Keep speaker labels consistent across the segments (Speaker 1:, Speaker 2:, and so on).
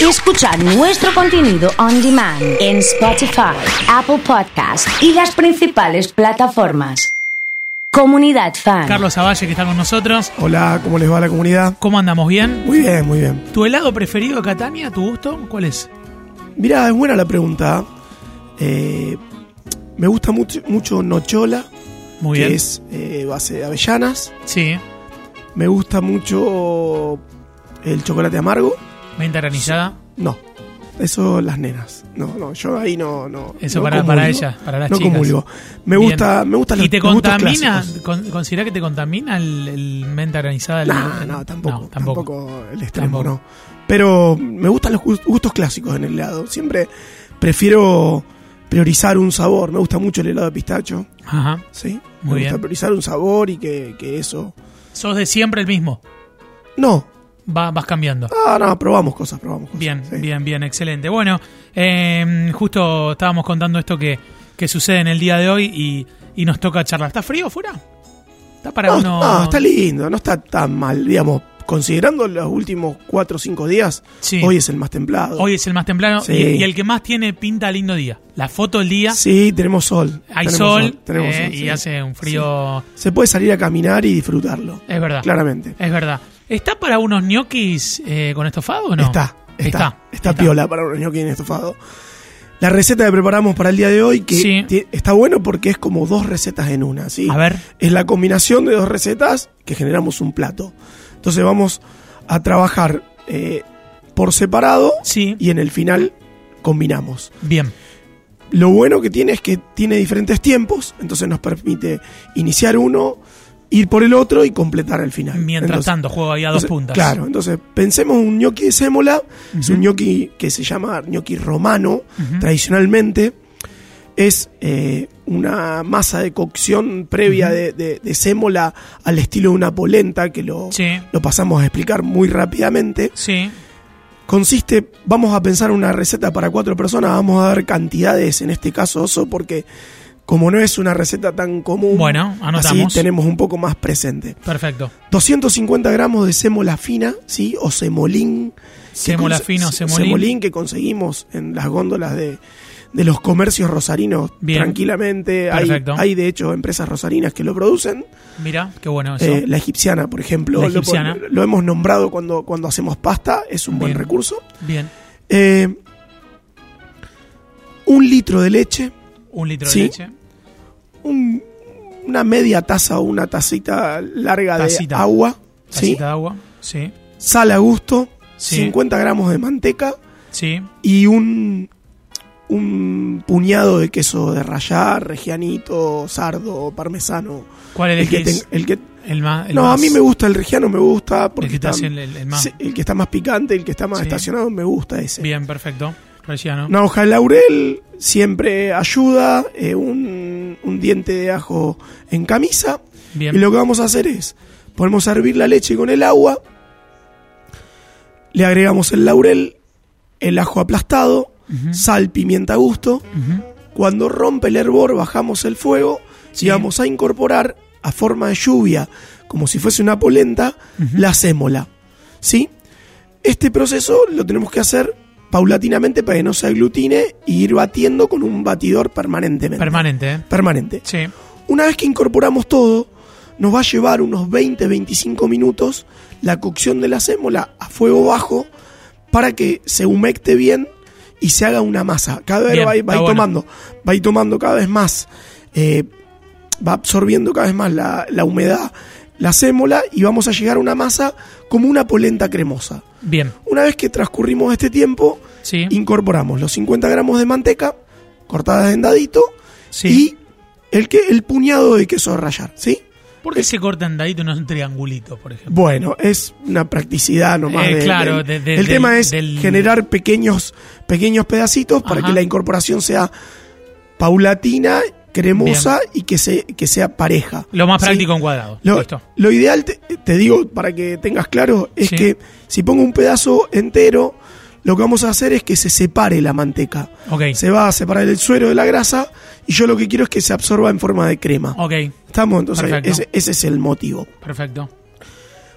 Speaker 1: y escuchar nuestro contenido on demand en Spotify, Apple Podcast y las principales plataformas. Comunidad Fan.
Speaker 2: Carlos Avalle, que está con nosotros.
Speaker 3: Hola, ¿cómo les va a la comunidad?
Speaker 2: ¿Cómo andamos? ¿Bien?
Speaker 3: Muy bien, muy bien.
Speaker 2: ¿Tu helado preferido de Catania, tu gusto? ¿Cuál es?
Speaker 3: Mirá, es buena la pregunta. Eh, me gusta mucho, mucho Nochola,
Speaker 2: Muy
Speaker 3: que
Speaker 2: bien.
Speaker 3: es eh, base de avellanas.
Speaker 2: Sí,
Speaker 3: Me gusta mucho el chocolate amargo.
Speaker 2: menta granizada.
Speaker 3: No, eso las nenas. No, no, yo ahí no. no
Speaker 2: Eso
Speaker 3: no
Speaker 2: para- para
Speaker 3: comulgo.
Speaker 2: ellas, para las
Speaker 3: no
Speaker 2: chicas.
Speaker 3: comulgo. Me
Speaker 2: Bien.
Speaker 3: gusta, me gustan
Speaker 2: ¿Y
Speaker 3: los-
Speaker 2: te
Speaker 3: los gustos
Speaker 2: contamina?
Speaker 3: clásicos.
Speaker 2: Con, ¿Considera que te contamina el, el menta granizada? El-
Speaker 3: No,
Speaker 2: el-
Speaker 3: no, tampoco,
Speaker 2: No,
Speaker 3: tampoco.
Speaker 2: tampoco.
Speaker 3: el extremo,
Speaker 2: Tampoco.
Speaker 3: no. Pero me gustan los gust- gustos clásicos en el helado. Siempre prefiero priorizar un sabor. Me gusta mucho el helado de pistacho.
Speaker 2: Ajá.
Speaker 3: Sí.
Speaker 2: Muy
Speaker 3: me
Speaker 2: bien.
Speaker 3: gusta priorizar un sabor y que, que eso.
Speaker 2: ¿Sos de siempre el mismo?
Speaker 3: No.
Speaker 2: Va- vas cambiando.
Speaker 3: Ah, no, probamos cosas, probamos cosas.
Speaker 2: Bien,
Speaker 3: sí.
Speaker 2: bien, bien, excelente. Bueno, eh, justo estábamos contando esto que, que sucede en el día de hoy y, y nos toca charlar. ¿Está frío fuera? Está para
Speaker 3: No,
Speaker 2: uno.
Speaker 3: no, está lindo, no está tan mal, digamos. Considerando los últimos 4 o 5 días,
Speaker 2: Sí.
Speaker 3: hoy es el más templado.
Speaker 2: Hoy es el más temprano
Speaker 3: Sí.
Speaker 2: y, y el que más tiene pinta de lindo día. La foto del día,
Speaker 3: Sí, tenemos sol.
Speaker 2: hay
Speaker 3: tenemos
Speaker 2: sol,
Speaker 3: tenemos
Speaker 2: eh,
Speaker 3: sol,
Speaker 2: y
Speaker 3: sí.
Speaker 2: hace un frío.
Speaker 3: Se puede salir a caminar y disfrutarlo.
Speaker 2: Es verdad.
Speaker 3: Claramente.
Speaker 2: Es verdad. ¿Está para unos ñoquis eh, con estofado o no?
Speaker 3: Está, está, está, piola para un ñoqui en estofado. La receta que preparamos para el día de hoy, que
Speaker 2: Sí.
Speaker 3: ti- está bueno porque es como dos recetas en una, ¿sí?
Speaker 2: A ver.
Speaker 3: Es la combinación de dos recetas que generamos un plato. Entonces vamos a trabajar eh, por separado
Speaker 2: Sí.
Speaker 3: y en el final combinamos.
Speaker 2: Bien.
Speaker 3: Lo bueno que tiene es que tiene diferentes tiempos, entonces nos permite iniciar uno, ir por el otro y completar el final.
Speaker 2: Mientras
Speaker 3: Entonces,
Speaker 2: tanto, juego ahí a dos
Speaker 3: entonces,
Speaker 2: puntas.
Speaker 3: Claro, entonces pensemos un gnocchi de sémola, es un gnocchi que se llama gnocchi romano, tradicionalmente. Es eh, una masa de cocción previa de, de- de sémola al estilo de una polenta, que lo,
Speaker 2: Sí.
Speaker 3: lo pasamos a explicar muy rápidamente.
Speaker 2: Sí.
Speaker 3: Consiste, vamos a pensar una receta para cuatro personas, vamos a dar cantidades, en este caso oso, porque como no es una receta tan común,
Speaker 2: Bueno, anotamos.
Speaker 3: así tenemos un poco más presente.
Speaker 2: Perfecto.
Speaker 3: 250 gramos de sémola fina, ¿sí? O semolín. que
Speaker 2: Sémola
Speaker 3: conse-
Speaker 2: fina o semolín.
Speaker 3: que conseguimos en las góndolas de, de los comercios rosarinos
Speaker 2: Bien.
Speaker 3: tranquilamente. Hay,
Speaker 2: Perfecto.
Speaker 3: hay, de hecho, empresas rosarinas que lo producen.
Speaker 2: Mira, qué bueno eso.
Speaker 3: Eh, la egipciana, por ejemplo.
Speaker 2: La
Speaker 3: lo-
Speaker 2: egipciana.
Speaker 3: Lo, hemos nombrado cuando, cuando hacemos pasta, es un buen
Speaker 2: Bien.
Speaker 3: recurso.
Speaker 2: Bien.
Speaker 3: Eh, un litro de leche,
Speaker 2: Un litro
Speaker 3: Sí.
Speaker 2: de leche.
Speaker 3: un- una media taza o una tacita larga
Speaker 2: Tacita.
Speaker 3: de agua. ¿sí?
Speaker 2: Tacita de agua. Sí.
Speaker 3: sal a gusto,
Speaker 2: Sí.
Speaker 3: 50 gramos de manteca
Speaker 2: Sí.
Speaker 3: y un, un puñado de queso de rallar, regianito, sardo, parmesano.
Speaker 2: ¿Cuál
Speaker 3: El que,
Speaker 2: elegís?
Speaker 3: ten- el que-
Speaker 2: El más. el
Speaker 3: no,
Speaker 2: más-
Speaker 3: a mí me gusta el regiano, me gusta. Porque
Speaker 2: El que te
Speaker 3: está,
Speaker 2: hace el- el- el más.
Speaker 3: sí, el que está más picante, el que está más
Speaker 2: Sí.
Speaker 3: estacionado, me gusta ese.
Speaker 2: Bien, perfecto. Reggiano.
Speaker 3: Una hoja de laurel siempre ayuda, eh, un, un diente de ajo en camisa.
Speaker 2: Bien.
Speaker 3: Y lo que vamos a hacer es, ponemos a hervir la leche con el agua, le agregamos el laurel, el ajo aplastado, sal, pimienta a gusto. Cuando rompe el hervor, bajamos el fuego
Speaker 2: Sí.
Speaker 3: y vamos a incorporar a forma de lluvia, como si fuese una polenta, la sémola. ¿Sí? Este proceso lo tenemos que hacer paulatinamente para que no se aglutine y ir batiendo con un batidor permanentemente.
Speaker 2: Permanente, ¿eh?
Speaker 3: Permanente.
Speaker 2: Sí.
Speaker 3: Una vez que incorporamos todo, nos va a llevar unos 20-25 minutos la cocción de la sémola a fuego bajo para que se humecte bien y se haga una masa. Cada vez
Speaker 2: Bien,
Speaker 3: va, va
Speaker 2: está
Speaker 3: a ir
Speaker 2: bueno.
Speaker 3: tomando, va a ir tomando cada vez más, eh, va absorbiendo cada vez más la, la humedad, la sémola y vamos a llegar a una masa como una polenta cremosa.
Speaker 2: Bien.
Speaker 3: Una vez que transcurrimos este tiempo,
Speaker 2: Sí.
Speaker 3: incorporamos los 50 gramos de manteca cortadas en dadito
Speaker 2: Sí.
Speaker 3: y el, que, el puñado de queso a rallar, ¿sí?
Speaker 2: ¿Por qué se cortan dadito y no es un triangulito, por ejemplo?
Speaker 3: Bueno, es una practicidad nomás.
Speaker 2: Eh,
Speaker 3: de-
Speaker 2: claro,
Speaker 3: del-
Speaker 2: de- de-
Speaker 3: el
Speaker 2: del-
Speaker 3: tema es
Speaker 2: del-
Speaker 3: generar pequeños, pequeños pedacitos para
Speaker 2: Ajá.
Speaker 3: que la incorporación sea paulatina, cremosa y que, se, que sea pareja.
Speaker 2: Lo más
Speaker 3: ¿sí?
Speaker 2: práctico en cuadrado.
Speaker 3: Lo,
Speaker 2: Listo.
Speaker 3: lo ideal, te, te digo, para que tengas claro, es
Speaker 2: Sí.
Speaker 3: que si pongo un pedazo entero, lo que vamos a hacer es que se separe la manteca.
Speaker 2: Ok.
Speaker 3: Se va a separar el suero de la grasa y yo lo que quiero es que se absorba en forma de crema.
Speaker 2: Ok.
Speaker 3: Estamos, entonces,
Speaker 2: Perfecto.
Speaker 3: ese, ese es el motivo.
Speaker 2: Perfecto.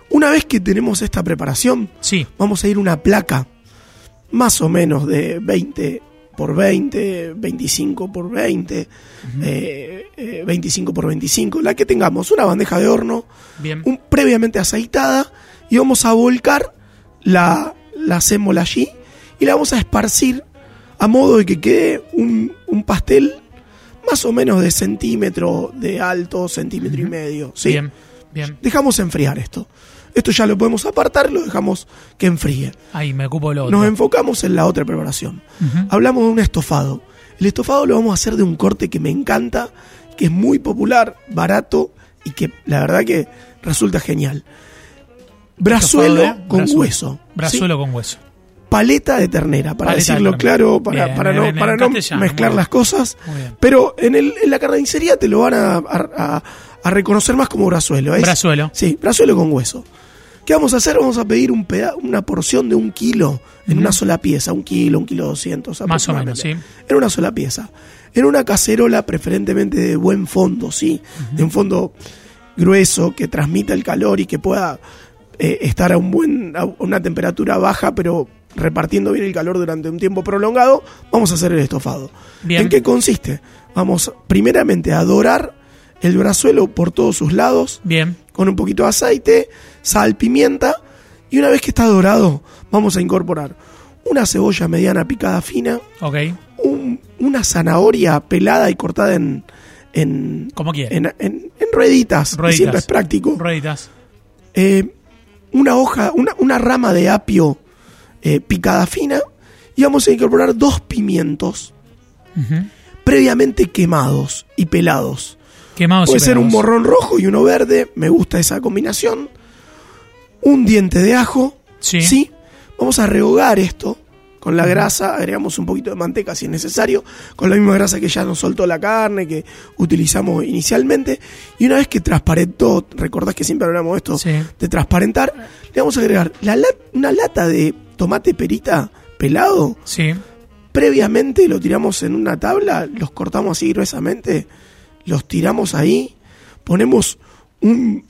Speaker 3: Una vez que tenemos esta preparación,
Speaker 2: Sí.
Speaker 3: vamos a ir a una placa más o menos de 20 por 20, 25 por 20, eh, eh, 25 por 25, la que tengamos, una bandeja de horno,
Speaker 2: Bien.
Speaker 3: un, previamente aceitada, y vamos a volcar la, la sémola allí y la vamos a esparcir a modo de que quede un, un pastel más o menos de centímetro de alto, centímetro y medio. ¿sí?
Speaker 2: Bien, bien.
Speaker 3: Dejamos enfriar esto. Esto ya lo podemos apartar, lo dejamos que enfríe.
Speaker 2: Ahí me ocupo lo otro.
Speaker 3: Nos enfocamos en la otra preparación. Hablamos de un estofado. El estofado lo vamos a hacer de un corte que me encanta, que es muy popular, barato y que la verdad que resulta genial. Brazuelo
Speaker 2: Estofado de-
Speaker 3: con
Speaker 2: ¿eh? brazuelo.
Speaker 3: hueso. ¿sí?
Speaker 2: Brazuelo con hueso.
Speaker 3: Paleta de ternera, para
Speaker 2: Paleta de
Speaker 3: decirlo
Speaker 2: ternera.
Speaker 3: claro, para,
Speaker 2: Bien,
Speaker 3: para
Speaker 2: bien,
Speaker 3: no,
Speaker 2: bien,
Speaker 3: para
Speaker 2: en
Speaker 3: no
Speaker 2: castellano,
Speaker 3: mezclar
Speaker 2: muy
Speaker 3: las cosas.
Speaker 2: Muy bien.
Speaker 3: Pero en, el, en la carnicería te lo van a, a- a- a reconocer más como brazuelo. ¿es?
Speaker 2: Brazuelo.
Speaker 3: Sí, brazuelo con hueso. ¿Qué vamos a hacer? Vamos a pedir un peda- una porción de un kilo en una sola pieza, un kilo, un kilo doscientos.
Speaker 2: Más o menos,
Speaker 3: aproximadamente. En una sola pieza. En una cacerola preferentemente de buen fondo, ¿sí? De un fondo grueso que transmita el calor y que pueda eh, estar a, un buen, a una temperatura baja, pero repartiendo bien el calor durante un tiempo prolongado, vamos a hacer el estofado.
Speaker 2: Bien.
Speaker 3: ¿En qué consiste? Vamos primeramente a dorar el brazuelo por todos sus lados
Speaker 2: Bien.
Speaker 3: con un poquito de aceite, sal, pimienta. Y una vez que está dorado, vamos a incorporar una cebolla mediana picada fina,
Speaker 2: Ok.
Speaker 3: un- una zanahoria pelada y cortada en. en
Speaker 2: Como quiera.
Speaker 3: En, en- en rueditas, que
Speaker 2: Rueditas.
Speaker 3: siempre es práctico.
Speaker 2: Rueditas.
Speaker 3: Eh, una hoja, una, una rama de apio eh, picada fina. Y vamos a incorporar dos pimientos
Speaker 2: Ujú.
Speaker 3: previamente quemados y pelados.
Speaker 2: Quemados y
Speaker 3: Puede ser un
Speaker 2: pegados.
Speaker 3: morrón rojo y uno verde, me gusta esa combinación. Un diente de ajo,
Speaker 2: Sí.
Speaker 3: Vamos a rehogar esto con la grasa, agregamos un poquito de manteca si es necesario, con la misma grasa que ya nos soltó la carne, que utilizamos inicialmente. Y una vez que transparentó, recordás que siempre hablamos de esto,
Speaker 2: Sí.
Speaker 3: de transparentar, le vamos a agregar la la- una lata de tomate perita pelado,
Speaker 2: Sí.
Speaker 3: previamente lo tiramos en una tabla, los cortamos así gruesamente, los tiramos ahí, ponemos un-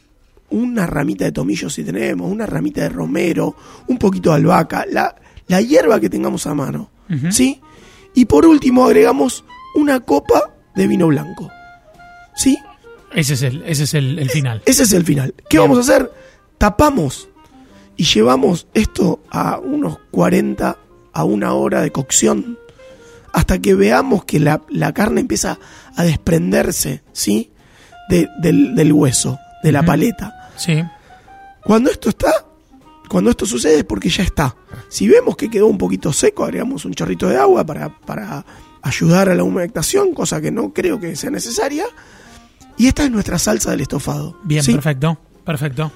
Speaker 3: una ramita de tomillo si tenemos, una ramita de romero, un poquito de albahaca, la, la hierba que tengamos a mano,
Speaker 2: Ujú.
Speaker 3: ¿sí? Y por último agregamos una copa de vino blanco, ¿sí?
Speaker 2: Ese es el, ese es el, el final.
Speaker 3: Ese es el final. ¿Qué vamos a hacer? Tapamos y llevamos esto a unos 40 a una hora de cocción hasta que veamos que la, la carne empieza a desprenderse, ¿sí? De- del, del hueso, de la paleta.
Speaker 2: Sí.
Speaker 3: Cuando esto está, cuando esto sucede es porque ya está. Si vemos que quedó un poquito seco, agregamos un chorrito de agua para, para ayudar a la humectación, cosa que no creo que sea necesaria. Y esta es nuestra salsa del estofado.
Speaker 2: Bien,
Speaker 3: ¿sí?
Speaker 2: perfecto. Perfecto.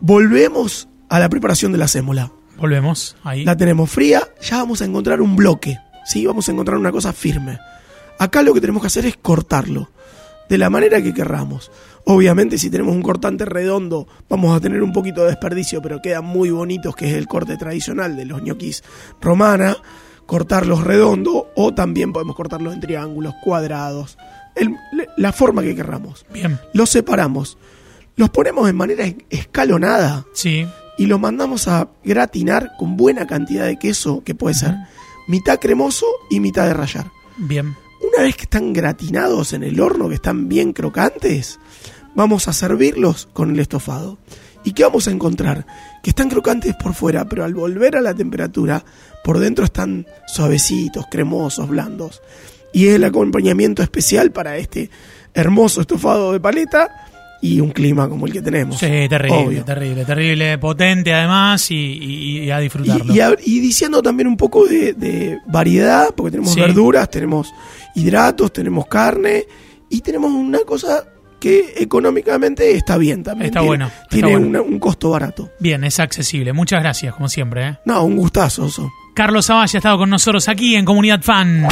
Speaker 3: Volvemos a la preparación de la sémola.
Speaker 2: Volvemos. Ahí.
Speaker 3: La tenemos fría, ya vamos a encontrar un bloque, ¿sí? Vamos a encontrar una cosa firme. Acá lo que tenemos que hacer es cortarlo, de la manera que querramos. Obviamente si tenemos un cortante redondo vamos a tener un poquito de desperdicio, pero quedan muy bonitos, que es el corte tradicional de los ñoquis romana, cortarlos redondo o también podemos cortarlos en triángulos, cuadrados, el- la forma que querramos.
Speaker 2: Bien.
Speaker 3: Los separamos, los ponemos de manera es- escalonada,
Speaker 2: Sí.
Speaker 3: y lo mandamos a gratinar con buena cantidad de queso, que puede ser mitad cremoso y mitad de rallar.
Speaker 2: Bien.
Speaker 3: Una vez que están gratinados en el horno, que están bien crocantes, vamos a servirlos con el estofado. ¿Y qué vamos a encontrar? Que están crocantes por fuera, pero al volver a la temperatura, por dentro están suavecitos, cremosos, blandos. Y es el acompañamiento especial para este hermoso estofado de paleta y un clima como el que tenemos.
Speaker 2: Sí, terrible,
Speaker 3: Obvio.
Speaker 2: terrible, terrible. Potente además y, y- y a disfrutarlo.
Speaker 3: Y, y ab- y diciendo también un poco de, de variedad, porque tenemos
Speaker 2: Sí.
Speaker 3: verduras, tenemos hidratos, tenemos carne y tenemos una cosa que económicamente está bien también.
Speaker 2: Está
Speaker 3: tiene,
Speaker 2: bueno, está
Speaker 3: Tiene
Speaker 2: bueno.
Speaker 3: una- un costo barato.
Speaker 2: Bien, es accesible. Muchas gracias, como siempre. ¿eh?
Speaker 3: No, un gustazo. Oso.
Speaker 2: Carlos Zavalla ha estado con nosotros aquí en Comunidad Fan.